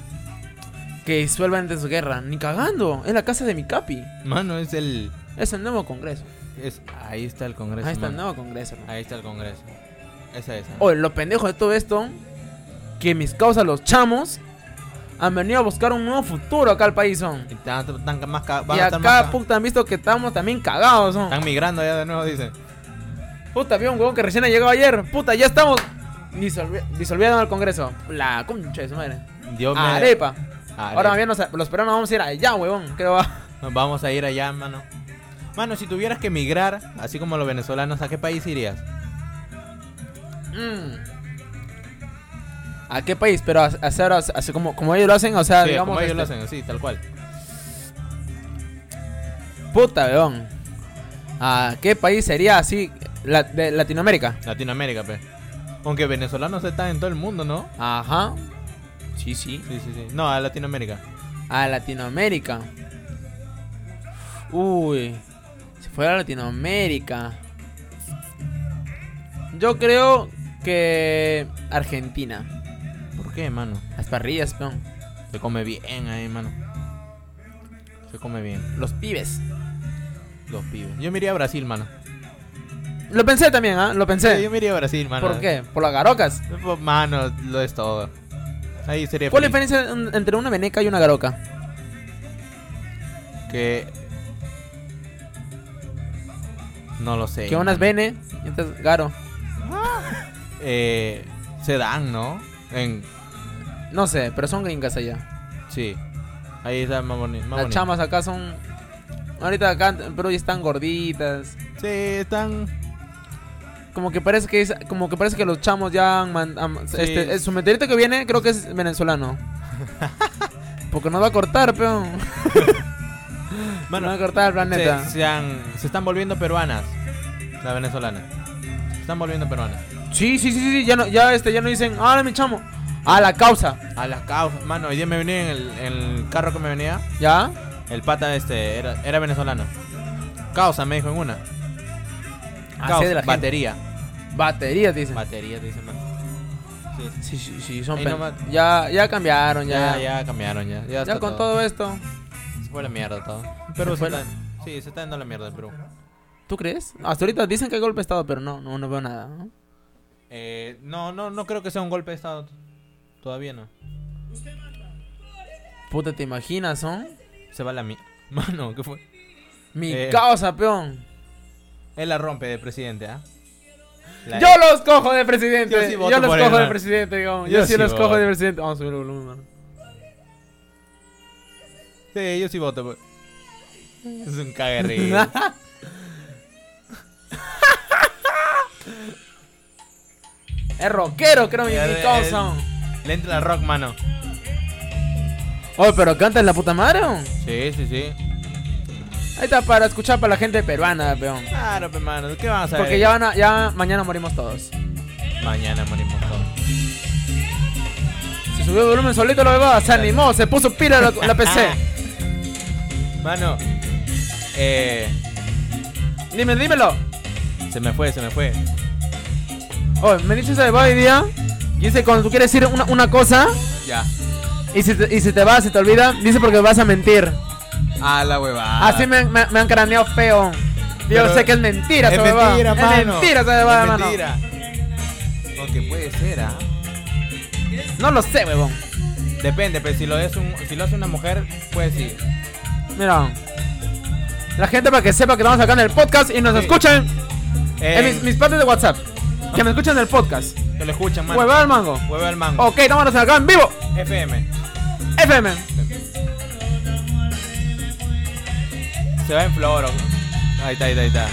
Speaker 3: Que disuelvan de su guerra. Ni cagando. Es la casa de mi capi.
Speaker 2: Mano, es el.
Speaker 3: Es el nuevo congreso.
Speaker 2: Es, ahí está el Congreso.
Speaker 3: Ahí está el
Speaker 2: Pues mano.
Speaker 3: nuevo congreso. hermano.
Speaker 2: Ahí está el Congreso. Esa es. ¿ah? ¿no?
Speaker 3: Oye, lo pendejo de todo esto. Que mis causas, los chamos. Han venido a buscar un nuevo futuro acá al país, son.
Speaker 2: Y tan- tan- más ca- van
Speaker 3: Y
Speaker 2: a estar más
Speaker 3: acá,
Speaker 2: ca-
Speaker 3: puta, han visto que estamos también cagados, son.
Speaker 2: Están migrando ya de nuevo, dicen.
Speaker 3: Puta, había un huevón que recién ha llegado ayer. Puta, ya estamos. Disolvi- disolvieron el Congreso. La concha de su madre.
Speaker 2: Dios me-
Speaker 3: Arepa.
Speaker 2: Arepa.
Speaker 3: Ahora más bien nos- los peruanos vamos a ir allá, huevón. Creo va.
Speaker 2: Nos Vamos a ir allá, mano. Mano, si tuvieras que migrar, así como los venezolanos, ¿a qué país irías?
Speaker 3: Mm. ¿A qué país? Pero as- hacer as- así como, como ellos lo hacen, o sea,
Speaker 2: Sí,
Speaker 3: digamos.
Speaker 2: como ellos lo
Speaker 3: este,
Speaker 2: hacen, sí, tal cual.
Speaker 3: Puta, huevón. ¿A qué país sería así? La- de Latinoamérica.
Speaker 2: Latinoamérica, pe. Aunque venezolanos están en todo el mundo, ¿no?
Speaker 3: Ajá. Sí, sí.
Speaker 2: Sí, sí, sí. No, a Latinoamérica.
Speaker 3: A Latinoamérica. Uy. Si fuera a Latinoamérica. Yo creo que Argentina.
Speaker 2: ¿Por qué, mano?
Speaker 3: Las parrillas, peón.
Speaker 2: Se come bien ahí, mano. Se come bien.
Speaker 3: Los pibes.
Speaker 2: Los pibes. Yo me iría a Brasil, mano.
Speaker 3: Lo pensé también, ¿ah? Lo
Speaker 2: Sí, eh.
Speaker 3: pensé.
Speaker 2: Yo me iría a Brasil, mano.
Speaker 3: ¿Por qué? Por las garocas.
Speaker 2: Pues, Mano, lo es todo. Ahí sería
Speaker 3: ¿Cuál es la
Speaker 2: feliz.
Speaker 3: diferencia en- entre una veneca y una garoca?
Speaker 2: que no lo sé.
Speaker 3: Que una es vene y otra es garo.
Speaker 2: Eh, se dan, ¿no? En
Speaker 3: No sé, pero son gringas allá.
Speaker 2: sí. Ahí está más boni- más bonito.
Speaker 3: Las chamas acá son... Ahorita acá en Perú ya están gorditas.
Speaker 2: Sí, están
Speaker 3: Como que parece que es, como que parece que los chamos ya han man- han-
Speaker 2: Sí.
Speaker 3: este, eh, su meteorito que viene creo que es venezolano. Porque nos va a cortar, peón. nos va a cortar el planeta.
Speaker 2: se, se han- se están volviendo peruanas. Las venezolanas. Se están volviendo peruanas.
Speaker 3: Sí, sí, sí, sí, ya no, ya este, ya no dicen, ahora mi chamo. A la causa,
Speaker 2: A las causas, mano, hoy día me venía en el, en el carro que me venía,
Speaker 3: ¿ya?
Speaker 2: el pata este era, era venezolano. Causa me dijo en una.
Speaker 3: Así Ah, de la gente.
Speaker 2: batería.
Speaker 3: Baterías dicen.
Speaker 2: Batería te dicen, mano. Sí,
Speaker 3: sí,
Speaker 2: sí.
Speaker 3: sí, sí, son
Speaker 2: Ahí
Speaker 3: pen-
Speaker 2: nomás.
Speaker 3: ya, ya cambiaron, ya.
Speaker 2: Ya, ya cambiaron ya. Ya,
Speaker 3: Ya
Speaker 2: está
Speaker 3: con todo. esto.
Speaker 2: Se fue la mierda todo.
Speaker 3: Se
Speaker 2: Pero se
Speaker 3: fue la-
Speaker 2: está, sí, se está yendo a la mierda el Perú.
Speaker 3: ¿Tú crees? Hasta ahorita dicen que hay golpe de estado, pero no, no, no veo nada. ¿no?
Speaker 2: Eh, no, no, no creo que sea un golpe de estado. Todavía no.
Speaker 3: Puta, ¿te imaginas, son?
Speaker 2: Se va la mi... Mano, ¿qué fue?
Speaker 3: Mi
Speaker 2: Eh.
Speaker 3: causa, peón.
Speaker 2: Él la rompe de presidente, ¿ah? La-
Speaker 3: Yo los cojo de presidente.
Speaker 2: Yo
Speaker 3: Yo,
Speaker 2: sí voto
Speaker 3: los
Speaker 2: por
Speaker 3: cojo
Speaker 2: él,
Speaker 3: de
Speaker 2: man.
Speaker 3: presidente, digamos. Yo,
Speaker 2: Yo
Speaker 3: sí,
Speaker 2: sí
Speaker 3: los
Speaker 2: voto.
Speaker 3: cojo de presidente. Vamos a subir el volumen, mano.
Speaker 2: Sí, yo sí voto. por- Es un caguerrillo.
Speaker 3: es rockero, creo, mi,
Speaker 2: Ya
Speaker 3: mi
Speaker 2: ves.
Speaker 3: causa.
Speaker 2: Le entra la rock, mano.
Speaker 3: Oye, Oh, pero canta en la puta madre. ¿o?
Speaker 2: Sí, sí, sí.
Speaker 3: Ahí está para escuchar para la gente peruana, peón.
Speaker 2: Claro, pero mano, ¿qué van a saber?
Speaker 3: Porque ya, van a- ya mañana morimos todos.
Speaker 2: Mañana morimos todos.
Speaker 3: Se subió el volumen solito, lo veo. Se animó, se puso pila la, la PC.
Speaker 2: Mano, eh...
Speaker 3: Dime, dímelo.
Speaker 2: Se me fue, se me fue.
Speaker 3: Oye, Oh, me dices de hoy día. Y dice, cuando tú quieres decir una, una cosa
Speaker 2: Ya.
Speaker 3: y se, te, y se te va, se te olvida, dice porque vas a mentir.
Speaker 2: A la huevada.
Speaker 3: Así me, me- me han craneado feo. Yo
Speaker 2: Ah. Pero-
Speaker 3: sé que es mentira,
Speaker 2: es
Speaker 3: esa huevada.
Speaker 2: mentira,
Speaker 3: Es
Speaker 2: mano.
Speaker 3: mentira, esa huevada,
Speaker 2: Es
Speaker 3: mano.
Speaker 2: mentira. Aunque puede ser, ¿ah?
Speaker 3: No lo sé, huevón.
Speaker 2: Depende, pero si lo, es un, si lo hace una mujer, pues sí.
Speaker 3: Mira. La gente para que sepa que estamos acá en el podcast y nos
Speaker 2: Sí.
Speaker 3: escuchen.
Speaker 2: Eh,
Speaker 3: en mis, mis partes de WhatsApp. Que me escuchen en el podcast.
Speaker 2: Que lo escuchan, mano.
Speaker 3: Huevada al mango.
Speaker 2: Hueva el mango.
Speaker 3: Ok, estamos acá en vivo.
Speaker 2: FM.
Speaker 3: FM.
Speaker 2: Se va en floro. Ahí está, ahí está, ahí está.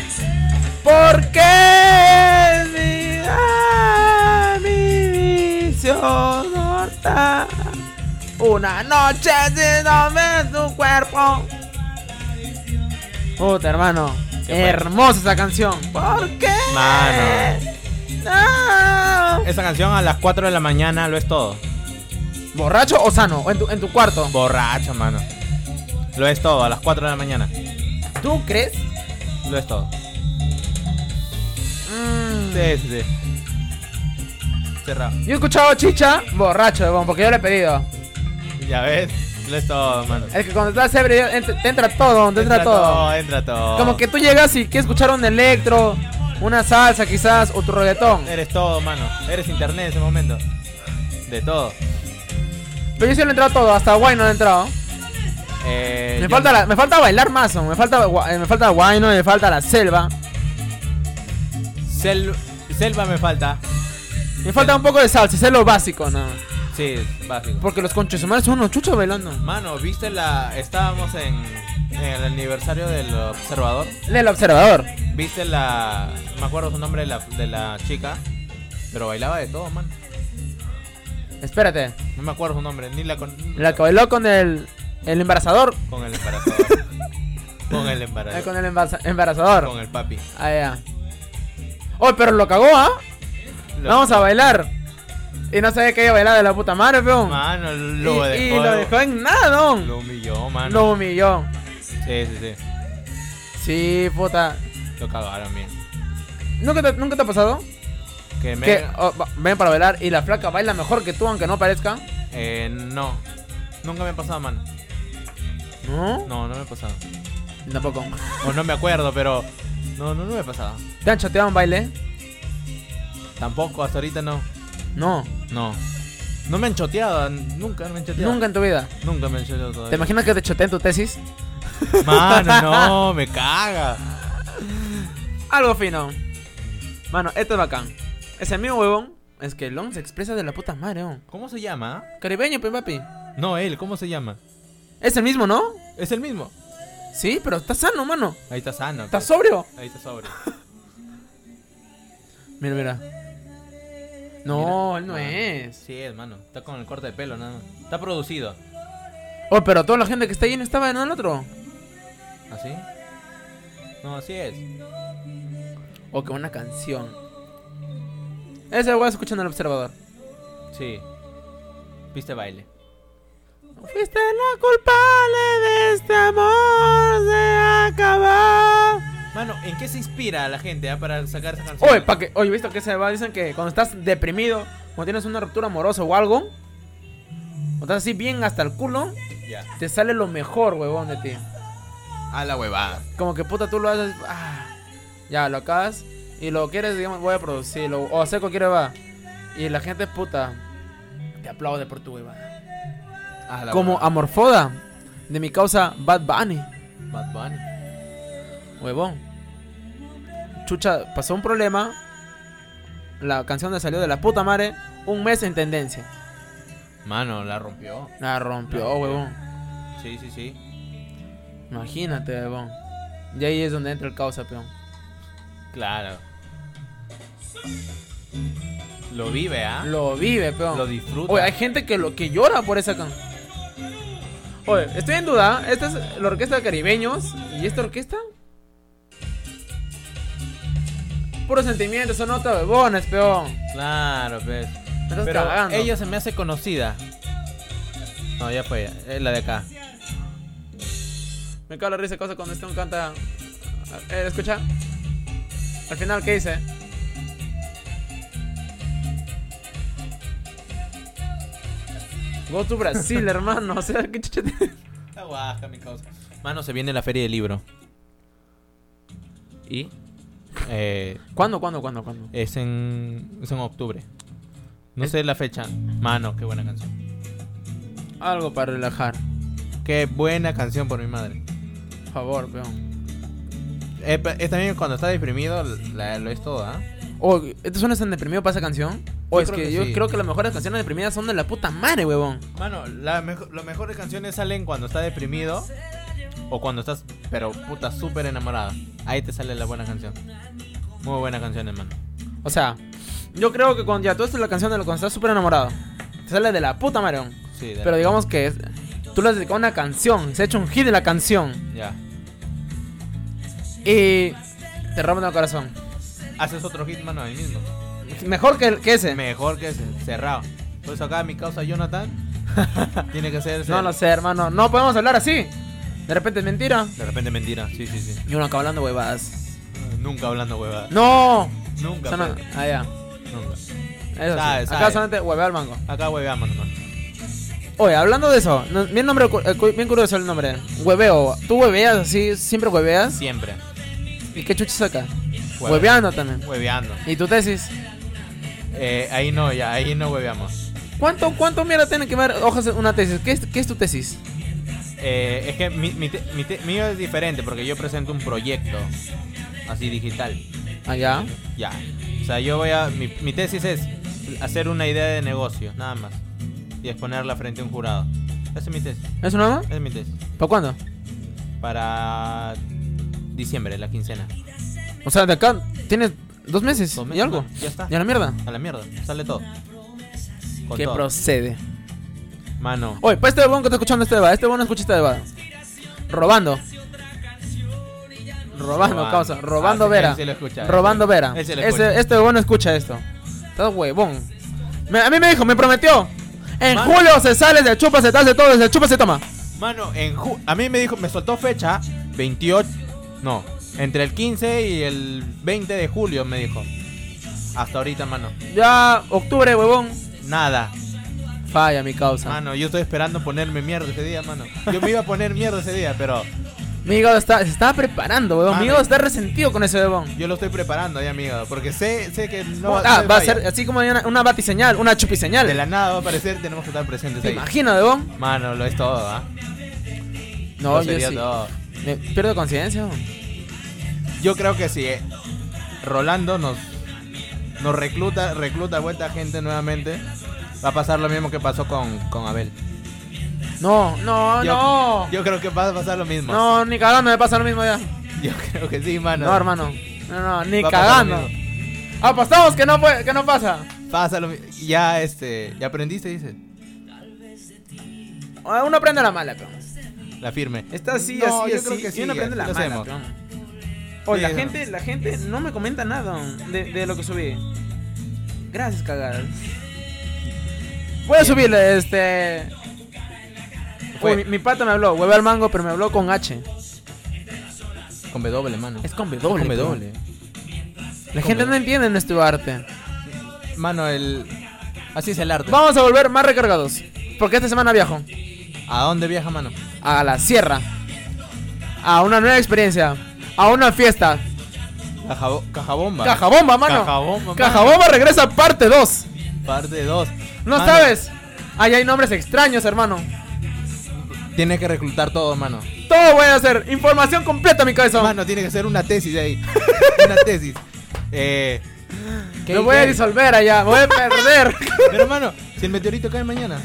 Speaker 3: Porque mi, ah, mi visión corta. Una noche sin dormir tu cuerpo. Puta, hermano.
Speaker 2: Qué
Speaker 3: Hermosa esa canción. ¿Por qué?
Speaker 2: Mano.
Speaker 3: No.
Speaker 2: Esa canción a las 4 de la mañana lo es todo.
Speaker 3: ¿Borracho o sano? ¿O en tu, en tu cuarto?
Speaker 2: Borracho, mano. Lo es todo, a las 4 de la mañana.
Speaker 3: ¿Tú crees?
Speaker 2: Lo es todo.
Speaker 3: Mm.
Speaker 2: Sí, sí, sí. cerrado.
Speaker 3: Yo he escuchado chicha borracho, huevón, porque yo le he pedido.
Speaker 2: Ya ves, lo es todo, mano.
Speaker 3: Es que cuando estás ebrio ent- te entra todo, te entra, todo.
Speaker 2: Entra todo.
Speaker 3: Como que tú llegas y quieres escuchar un electro, una salsa quizás, o tu reggaetón.
Speaker 2: Eres todo, mano. Eres internet en ese momento. De todo.
Speaker 3: Pero yo sí le he entrado todo, hasta guay no he entrado.
Speaker 2: Eh,
Speaker 3: Me
Speaker 2: yo-
Speaker 3: falta, la- me falta bailar más, ¿no? me falta, gua- eh, me falta guayno, me falta la selva,
Speaker 2: Sel- selva me falta.
Speaker 3: me falta un poco de salsa, eso es lo básico, ¿no?
Speaker 2: Sí, es básico.
Speaker 3: Porque los conches humanos son unos chuchos bailando.
Speaker 2: Mano, ¿viste la...? Estábamos en, en el aniversario del observador.
Speaker 3: Del observador.
Speaker 2: ¿Viste la...? no Me acuerdo su nombre de la, de la chica. Pero bailaba de todo, mano.
Speaker 3: Espérate,
Speaker 2: No me acuerdo su nombre. Ni la... Con,
Speaker 3: la que bailó con el, el embarazador.
Speaker 2: Con el embarazador. con el
Speaker 3: eh,
Speaker 2: embarazador.
Speaker 3: con el embaraza- embarazador.
Speaker 2: Con el papi.
Speaker 3: Ah, ya. Oh, pero lo cagó, ¿ah?
Speaker 2: Lo-
Speaker 3: Vamos a bailar. Y no sabía que iba a bailar de la puta madre, peón.
Speaker 2: Mano, lo
Speaker 3: y,
Speaker 2: dejó.
Speaker 3: y lo dejó en nada, don.
Speaker 2: Lo humilló, mano.
Speaker 3: Lo humilló.
Speaker 2: Sí, sí, sí.
Speaker 3: Sí, puta.
Speaker 2: Lo cagaron bien.
Speaker 3: ¿Nunca te, nunca te ha pasado?
Speaker 2: Que me...
Speaker 3: Que oh, va- ven para bailar y la flaca baila mejor que tú, aunque no parezca.
Speaker 2: Eh, no. Nunca me ha pasado, mano.
Speaker 3: No,
Speaker 2: No, no me ha pasado.
Speaker 3: tampoco.
Speaker 2: O no me acuerdo, pero... No, no, no me ha pasado.
Speaker 3: ¿Te han choteado un baile?
Speaker 2: Tampoco, hasta ahorita no.
Speaker 3: No,
Speaker 2: No. No me han choteado, nunca me han choteado.
Speaker 3: nunca en tu vida.
Speaker 2: Nunca me han choteado todavía.
Speaker 3: ¿Te imaginas que te choteen tu tesis?
Speaker 2: Mano, no, me caga.
Speaker 3: Algo fino. Mano, esto es bacán. Ese mismo huevón es que Long se expresa de la puta madre, huevón.
Speaker 2: ¿Cómo se llama?
Speaker 3: Caribeño, pe, papi.
Speaker 2: No, él, ¿cómo se llama?
Speaker 3: Es el mismo, ¿no?
Speaker 2: Es el mismo.
Speaker 3: Sí, pero está sano, mano.
Speaker 2: Ahí está sano.
Speaker 3: Está
Speaker 2: pues.
Speaker 3: sobrio.
Speaker 2: Ahí está sobre.
Speaker 3: Mira, mira. No, él no
Speaker 2: Mano,
Speaker 3: es.
Speaker 2: Sí, hermano. Está con el corte de pelo, nada más. Está producido.
Speaker 3: Oh, pero toda la gente que está ahí no estaba en el otro.
Speaker 2: ¿Así? ¿Ah, No, así es.
Speaker 3: O que una Oh, canción. Ese weón escuchando el observador.
Speaker 2: Sí. Viste baile.
Speaker 3: Fuiste la culpable de este amor se acabó.
Speaker 2: Mano, ¿en qué se inspira la gente ah, para sacar esa canción?
Speaker 3: Oye, pa que, oye, visto que se va, dicen que cuando estás deprimido, cuando tienes una ruptura amorosa o algo, cuando estás así bien hasta el culo,
Speaker 2: Ya.
Speaker 3: te sale lo mejor, huevón, de ti.
Speaker 2: A la huevada.
Speaker 3: como que puta tú lo haces, ah, ya lo acabas y lo quieres, digamos, voy a producirlo o hacer cualquier va. Y la gente puta te aplaude por tu huevada.
Speaker 2: A la
Speaker 3: Como
Speaker 2: huevada.
Speaker 3: Amorfoda de mi causa Bad Bunny,
Speaker 2: Bad Bunny.
Speaker 3: huevón. Chucha, pasó un problema. La canción le salió de la puta madre un mes en tendencia.
Speaker 2: Mano, la rompió.
Speaker 3: La rompió,
Speaker 2: No.
Speaker 3: huevón.
Speaker 2: Sí, sí, sí.
Speaker 3: Imagínate, huevón. Y ahí es donde entra el causa, peón.
Speaker 2: Claro. Lo vive, ¿ah?
Speaker 3: Lo vive, peón.
Speaker 2: Lo disfruta.
Speaker 3: Oye, hay gente que lo que llora por esa canción. Oye, estoy en duda. Esta es la orquesta de caribeños. ¿Y esta orquesta? Puro sentimiento, son otros huevones, peón.
Speaker 2: Claro, pues.
Speaker 3: Me estás
Speaker 2: Pero
Speaker 3: cagando.
Speaker 2: ella se me hace conocida. No, ya fue. Es la de acá.
Speaker 3: Me cago en la risa cosa cuando este un canta. Eh, escucha. Al final, ¿qué dice? Go to Brasil, hermano. O sea, qué chucha te-
Speaker 2: Está guaja, mi causa. Mano, se viene la feria del libro. ¿Y? Eh,
Speaker 3: ¿Cuándo, cuándo, cuándo, cuándo?
Speaker 2: es, en, es en octubre. No sé la fecha. Mano, qué buena canción.
Speaker 3: Algo para relajar.
Speaker 2: Qué buena canción por mi madre.
Speaker 3: Por favor, peón.
Speaker 2: Eh, pe- eh, también cuando está deprimido, la- lo es todo, ¿ah?
Speaker 3: O, ¿esto suena tan deprimido para esa canción? O
Speaker 2: Yo
Speaker 3: es
Speaker 2: creo
Speaker 3: que,
Speaker 2: que
Speaker 3: yo
Speaker 2: sí.
Speaker 3: creo que las mejores canciones deprimidas son de la puta madre, huevón.
Speaker 2: Mano, la mejo- las mejores canciones salen cuando está deprimido o cuando estás, pero puta, súper enamorada. Ahí te sale la buena canción. Muy buena canción, hermano.
Speaker 3: O sea, yo creo que cuando ya tú haces la canción de lo cuando estás súper enamorado, te sale de la puta madre, huevón.
Speaker 2: Sí, dale.
Speaker 3: Pero digamos que es- tú le has dedicado una canción, se ha hecho un hit de la canción
Speaker 2: ya.
Speaker 3: y te rompen el corazón.
Speaker 2: Haces otro hit, mano, ahí mismo.
Speaker 3: Mejor que, que ese.
Speaker 2: Mejor que ese, cerrado. Por eso acá mi causa Jonathan tiene que ser.
Speaker 3: No lo sé, hermano. No podemos hablar así. De repente es mentira.
Speaker 2: De repente mentira. Sí, sí, sí.
Speaker 3: Y uno acaba hablando huevadas.
Speaker 2: Nunca hablando huevada.
Speaker 3: ¡No!
Speaker 2: Nunca.
Speaker 3: Son-
Speaker 2: pues,
Speaker 3: Ah, ya.
Speaker 2: Nunca.
Speaker 3: Eso
Speaker 2: Sabe,
Speaker 3: sí. Acá
Speaker 2: sabe.
Speaker 3: solamente huevear mango.
Speaker 2: Acá hueveamos nomás.
Speaker 3: Oye, hablando de eso, no- bien, nombre, cu- eh, cu- bien curioso el nombre. Hueveo. ¿Tú hueveas así? ¿Siempre hueveas?
Speaker 2: Siempre.
Speaker 3: ¿Y qué chucha saca?
Speaker 2: Hueve-
Speaker 3: Hueveando también.
Speaker 2: Hueveando.
Speaker 3: ¿Y tu tesis?
Speaker 2: Eh, ahí no, ya, ahí no hueveamos.
Speaker 3: ¿Cuánto, cuánto mierda tiene que ver hojas en una tesis? ¿Qué es, qué es tu tesis?
Speaker 2: Eh, es que mi, mi te- mi te- mío es diferente porque yo presento un proyecto así digital.
Speaker 3: Allá.
Speaker 2: Ya. O sea, yo voy a. Mi, mi tesis es hacer una idea de negocio, nada más. Y exponerla frente a un jurado. Esa es mi tesis.
Speaker 3: ¿Eso nada más?
Speaker 2: Esa es mi tesis.
Speaker 3: ¿Para cuándo?
Speaker 2: Para diciembre, la quincena.
Speaker 3: O sea, de acá tienes dos meses,
Speaker 2: Dos meses
Speaker 3: y algo.
Speaker 2: más, ya está.
Speaker 3: Y a la mierda.
Speaker 2: A la mierda, sale todo. Con
Speaker 3: Que
Speaker 2: todo.
Speaker 3: procede.
Speaker 2: Mano.
Speaker 3: Oye, para este huevón que está escuchando este debate, este huevón no escucha este debate. Robando. Robando, causa. Robando
Speaker 2: Ah, sí,
Speaker 3: vera.
Speaker 2: él sí lo escucha.
Speaker 3: Robando vera.
Speaker 2: Él sí lo
Speaker 3: Ese-
Speaker 2: escucha.
Speaker 3: este huevón no escucha esto. Está huevón. Me- a mí me dijo, me prometió. En
Speaker 2: Mano.
Speaker 3: julio se sale, se chupa, se hace todo, se chupa, se toma.
Speaker 2: Mano, en ju- a mí me dijo, me soltó fecha 28. No, entre el 15 y el 20 de julio me dijo. Hasta ahorita, mano.
Speaker 3: Ya, octubre, huevón.
Speaker 2: Nada.
Speaker 3: Falla mi causa.
Speaker 2: Mano, yo estoy esperando ponerme mierda ese día, mano. Yo me iba a poner mierda ese día, pero
Speaker 3: Mi hígado está, se estaba preparando, huevón. Mi
Speaker 2: Mano.
Speaker 3: hígado está resentido con ese huevón.
Speaker 2: yo lo estoy preparando ahí, amigo. Porque sé, sé que no
Speaker 3: ah,
Speaker 2: no
Speaker 3: va a
Speaker 2: falla.
Speaker 3: ser así como hay una, una batiseñal, una chupiseñal.
Speaker 2: De la nada va a aparecer, tenemos que estar presentes
Speaker 3: ¿Te
Speaker 2: ahí.
Speaker 3: imaginas, huevón?
Speaker 2: Mano, lo es todo, ¿ah?
Speaker 3: No,
Speaker 2: Lo
Speaker 3: yo
Speaker 2: sería
Speaker 3: sí.
Speaker 2: todo.
Speaker 3: Me pierdo conciencia, huevón.
Speaker 2: Yo creo que sí. eh, Rolando nos, nos recluta, recluta vuelta gente nuevamente. Va a pasar lo mismo que pasó con, con Abel.
Speaker 3: No, no,
Speaker 2: Yo-
Speaker 3: no.
Speaker 2: Yo creo que va a pasar lo mismo.
Speaker 3: no, ni cagando me pasa lo mismo ya.
Speaker 2: Yo creo que sí, mano.
Speaker 3: No, hermano. No, no, ni
Speaker 2: Va a pasar
Speaker 3: cagando.
Speaker 2: lo mismo.
Speaker 3: Apostamos que no, puede- que no pasa.
Speaker 2: Pasa lo mi- Ya, este. Ya aprendiste, dice.
Speaker 3: Ah, Uno aprende la mala, pero.
Speaker 2: La firme.
Speaker 3: Está así,
Speaker 2: No,
Speaker 3: así,
Speaker 2: yo
Speaker 3: así.
Speaker 2: creo que
Speaker 3: y uno
Speaker 2: sí,
Speaker 3: aprende la
Speaker 2: lo
Speaker 3: mala,
Speaker 2: hacemos.
Speaker 3: peón. Oye, la
Speaker 2: Sí,
Speaker 3: gente, la gente no me comenta nada de, de lo que subí. Gracias, cagadas. Voy a subirle, este.
Speaker 2: Fue.
Speaker 3: Uy, mi, mi pata me habló, hueve al mango, pero me habló con H.
Speaker 2: Con B doble, mano.
Speaker 3: Es con B
Speaker 2: Con
Speaker 3: doble.
Speaker 2: B
Speaker 3: peón.
Speaker 2: doble.
Speaker 3: La gente
Speaker 2: doble.
Speaker 3: no entiende nuestro arte.
Speaker 2: Mano, el. Así es el arte.
Speaker 3: Vamos a volver más recargados. Porque esta semana viajo
Speaker 2: ¿A dónde viaja, mano?
Speaker 3: a la sierra. A una nueva experiencia. A una fiesta.
Speaker 2: Cajabo- Cajabomba.
Speaker 3: Cajabomba, mano.
Speaker 2: Cajabomba, mano.
Speaker 3: Cajabomba regresa parte 2.
Speaker 2: Parte 2.
Speaker 3: No sabes. Ahí hay nombres extraños, hermano.
Speaker 2: Tiene que reclutar todo, mano.
Speaker 3: Todo voy a hacer. Información completa, mi cabeza.
Speaker 2: Mano, tiene que ser una tesis de ahí. una tesis. Eh, ¿qué-
Speaker 3: Lo voy a
Speaker 2: qué?
Speaker 3: disolver allá. Voy a perder.
Speaker 2: Pero hermano, si el meteorito cae mañana,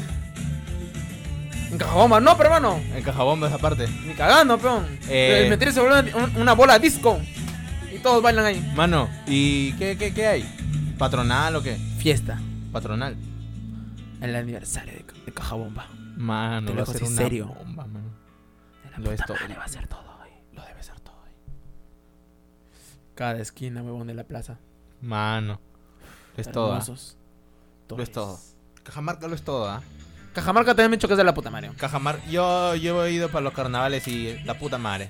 Speaker 3: En Cajabomba, no, pero hermano.
Speaker 2: en cajabomba esa parte.
Speaker 3: Ni cagando, peón.
Speaker 2: Eh.
Speaker 3: El meter se vuelve un- una bola disco. Y todos bailan ahí.
Speaker 2: Mano, ¿y qué, qué, qué hay? ¿Patronal o qué?
Speaker 3: Fiesta.
Speaker 2: Patronal.
Speaker 3: El aniversario de, Ca- de Cajabomba.
Speaker 2: Mano,
Speaker 3: Te lo
Speaker 2: va
Speaker 3: digo
Speaker 2: a ser
Speaker 3: así,
Speaker 2: una
Speaker 3: serio.
Speaker 2: bomba, mano.
Speaker 3: De la
Speaker 2: Lo
Speaker 3: puta
Speaker 2: es todo.
Speaker 3: madre, va a ser todo hoy.
Speaker 2: Lo debe ser todo ahí.
Speaker 3: Cada esquina, huevón, de la plaza.
Speaker 2: Mano. Lo es todo. ¿ah?
Speaker 3: Hermosos.
Speaker 2: Lo es todo. Cajamarca lo es todo, ¿ah?
Speaker 3: Cajamarca también me choques de la puta Mario.
Speaker 2: Cajamar, yo, yo he ido para los carnavales y la puta madre.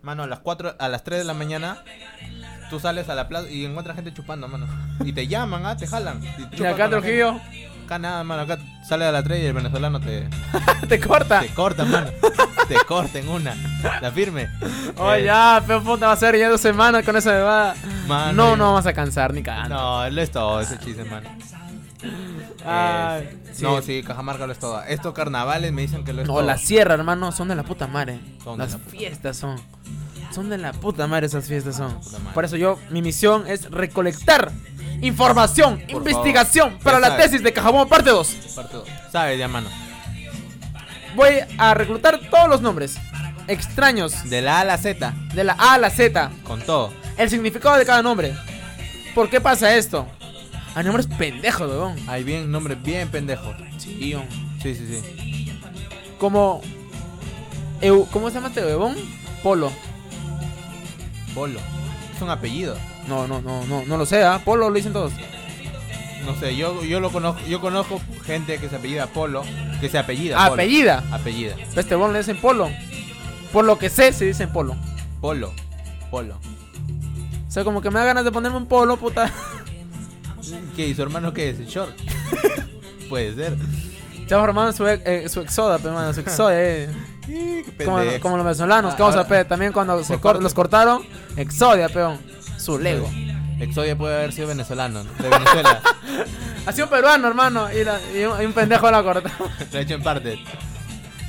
Speaker 2: Mano, a las 4, a las 3 de la mañana, tú sales a la plaza y encuentras gente chupando, mano. Y te llaman, ah, te jalan. Y
Speaker 3: Y acá en Trujillo
Speaker 2: Acá nada, mano, acá sales a las 3 y el venezolano te,
Speaker 3: te corta.
Speaker 2: te corta, mano. te corten una. La firme.
Speaker 3: Oh,
Speaker 2: Eh,
Speaker 3: ya, pero puta, va a ser ya dos semanas con esa bebada.
Speaker 2: Mano,
Speaker 3: no,
Speaker 2: ya.
Speaker 3: no vas a cansar ni cagando.
Speaker 2: No, lo es todo ese chiste, mano.
Speaker 3: Ay,
Speaker 2: Eh,
Speaker 3: sí.
Speaker 2: No, sí, Cajamarca lo es todo. Estos carnavales me dicen que lo es
Speaker 3: No,
Speaker 2: todo.
Speaker 3: la sierra, hermano, son de la puta madre.
Speaker 2: Son de
Speaker 3: Las
Speaker 2: la puta
Speaker 3: fiestas son. Son de la puta madre esas fiestas son.
Speaker 2: puta madre.
Speaker 3: Por eso yo, mi misión es recolectar información,
Speaker 2: favor.
Speaker 3: investigación
Speaker 2: Ya
Speaker 3: para la
Speaker 2: sabes.
Speaker 3: tesis de Cajabón parte 2.
Speaker 2: Parte dos. Sabes ya, mano.
Speaker 3: Voy a reclutar todos los nombres extraños
Speaker 2: De la A a la Z,
Speaker 3: de la A a la Z.
Speaker 2: con todo.
Speaker 3: El significado de cada nombre. ¿Por qué pasa esto? Hay nombres pendejos, weón.
Speaker 2: Hay bien nombre bien pendejo.
Speaker 3: Sí, weón.
Speaker 2: Sí, sí, sí.
Speaker 3: Como. Eu- ¿Cómo se llama este huevón? Polo.
Speaker 2: Polo. Es un apellido.
Speaker 3: No, no, no, no, no lo sé, ¿ah? Polo lo dicen todos.
Speaker 2: No sé, yo, yo lo conozco, yo conozco gente que se apellida Polo, que se apellida Este Polo.
Speaker 3: Apellida.
Speaker 2: Apellida.
Speaker 3: A Este huevón le dicen Polo. Por lo que sé, se dicen Polo.
Speaker 2: Polo. Polo.
Speaker 3: O sea, como que me da ganas de ponerme un polo, puta.
Speaker 2: qué? ¿Y su hermano qué es? ¿Short? Puede ser.
Speaker 3: Estamos formando su, ex- eh, su exoda, pe, mano, su exoda, eh.
Speaker 2: Y, qué
Speaker 3: Como,
Speaker 2: pendejo.
Speaker 3: como los venezolanos,
Speaker 2: Ah,
Speaker 3: que vamos a
Speaker 2: ahora-
Speaker 3: pe, También cuando se
Speaker 2: por
Speaker 3: cor-
Speaker 2: parte.
Speaker 3: los cortaron, exodia, peón. Su lego.
Speaker 2: Exodia puede haber sido venezolano, ¿no? de Venezuela.
Speaker 3: Ha sido un peruano, hermano, y, la- y un, y un pendejo la cortó.
Speaker 2: Lo ha hecho en partes.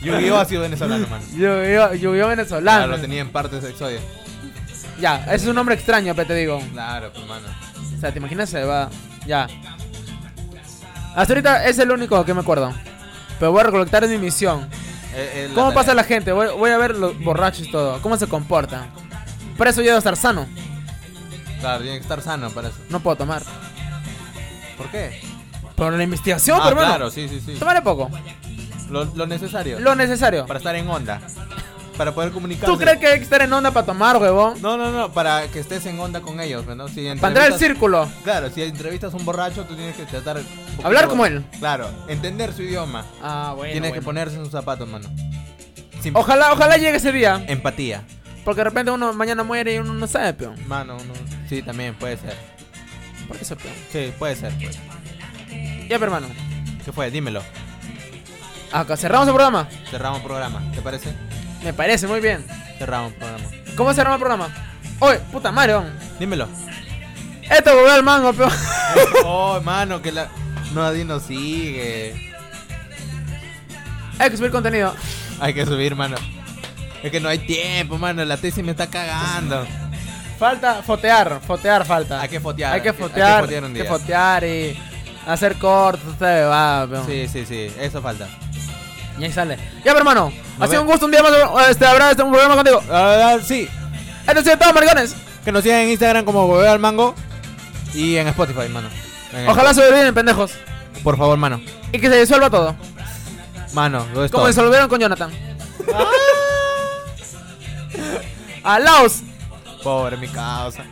Speaker 2: Yu-Gi-Oh ha sido venezolano, mano.
Speaker 3: Yu-Gi-Oh! Yu-Gi-Oh!
Speaker 2: Claro,
Speaker 3: venezolano.
Speaker 2: lo tenía en partes Exodia.
Speaker 3: Ya, ese es un nombre extraño, pe, te digo.
Speaker 2: Claro, pues, mano.
Speaker 3: O sea, te imaginas, se va. Ya. Hasta ahorita es el único que me acuerdo. Pero voy a recolectar mi misión.
Speaker 2: Eh, eh, la
Speaker 3: ¿Cómo
Speaker 2: tarea.
Speaker 3: pasa la gente? Voy, voy a ver los borrachos y todo. ¿Cómo se comportan? Por eso yo debo estar sano.
Speaker 2: Claro, tiene que estar sano para eso.
Speaker 3: No puedo tomar.
Speaker 2: ¿Por qué?
Speaker 3: Por la investigación,
Speaker 2: Ah,
Speaker 3: pero hermano.
Speaker 2: claro, sí, sí, sí.
Speaker 3: Tomaré poco.
Speaker 2: Lo, lo necesario.
Speaker 3: Lo necesario.
Speaker 2: Para estar en onda. Para poder comunicarse.
Speaker 3: ¿Tú crees que hay que estar en onda para tomar, huevón?
Speaker 2: No, no, no, para que estés en onda con ellos, ¿no? Si
Speaker 3: Para entrar al
Speaker 2: entrevistas-
Speaker 3: círculo.
Speaker 2: Claro, si entrevistas a un borracho, tú tienes que tratar. un poquito-
Speaker 3: Hablar como él.
Speaker 2: Claro, entender su idioma.
Speaker 3: Ah, bueno.
Speaker 2: tienes que
Speaker 3: bueno.
Speaker 2: ponerse en sus zapatos, mano. Sim-
Speaker 3: Ojalá, ojalá llegue ese día.
Speaker 2: Empatía.
Speaker 3: Porque de repente uno mañana muere y uno no sabe, peón.
Speaker 2: Mano, no. Sí, también puede ser.
Speaker 3: Por eso, peón.
Speaker 2: Sí, puede ser. pues.
Speaker 3: Ya, pero, hermano.
Speaker 2: ¿Qué fue? Dímelo.
Speaker 3: Acá cerramos el programa.
Speaker 2: Cerramos programa, ¿te parece?
Speaker 3: Me parece muy bien.
Speaker 2: Cerramos programa.
Speaker 3: ¿Cómo se arma el programa? Oye, puta madre, weón.
Speaker 2: Dímelo.
Speaker 3: Esto volvió al mango, peón.
Speaker 2: oh, mano, que la. Nadie nos sigue.
Speaker 3: Hay que subir contenido.
Speaker 2: Hay que subir, mano. Es que no hay tiempo, mano. La tesis me está cagando.
Speaker 3: Falta fotear, fotear falta.
Speaker 2: Hay que fotear.
Speaker 3: Hay que fotear,
Speaker 2: Hay que fotear un
Speaker 3: hay que
Speaker 2: día.
Speaker 3: fotear y hacer cortos, te va, peón.
Speaker 2: Sí, sí, sí. Eso falta.
Speaker 3: Y ahí sale. Ya, pero, hermano, ha sido
Speaker 2: Nos ve-
Speaker 3: un gusto un día más este, habrá este, un programa contigo.
Speaker 2: Ah, sí.
Speaker 3: Esto ha sido todo, maricones.
Speaker 2: Que nos sigan en Instagram como Hueveo al Mango y en Spotify, mano. En el-
Speaker 3: Ojalá sobreviven, pendejos.
Speaker 2: Por favor, mano.
Speaker 3: Y que se disuelva todo.
Speaker 2: Mano, lo es
Speaker 3: Como
Speaker 2: todo.
Speaker 3: disolvieron con Jonathan. Alaos.
Speaker 2: Pobre mi causa.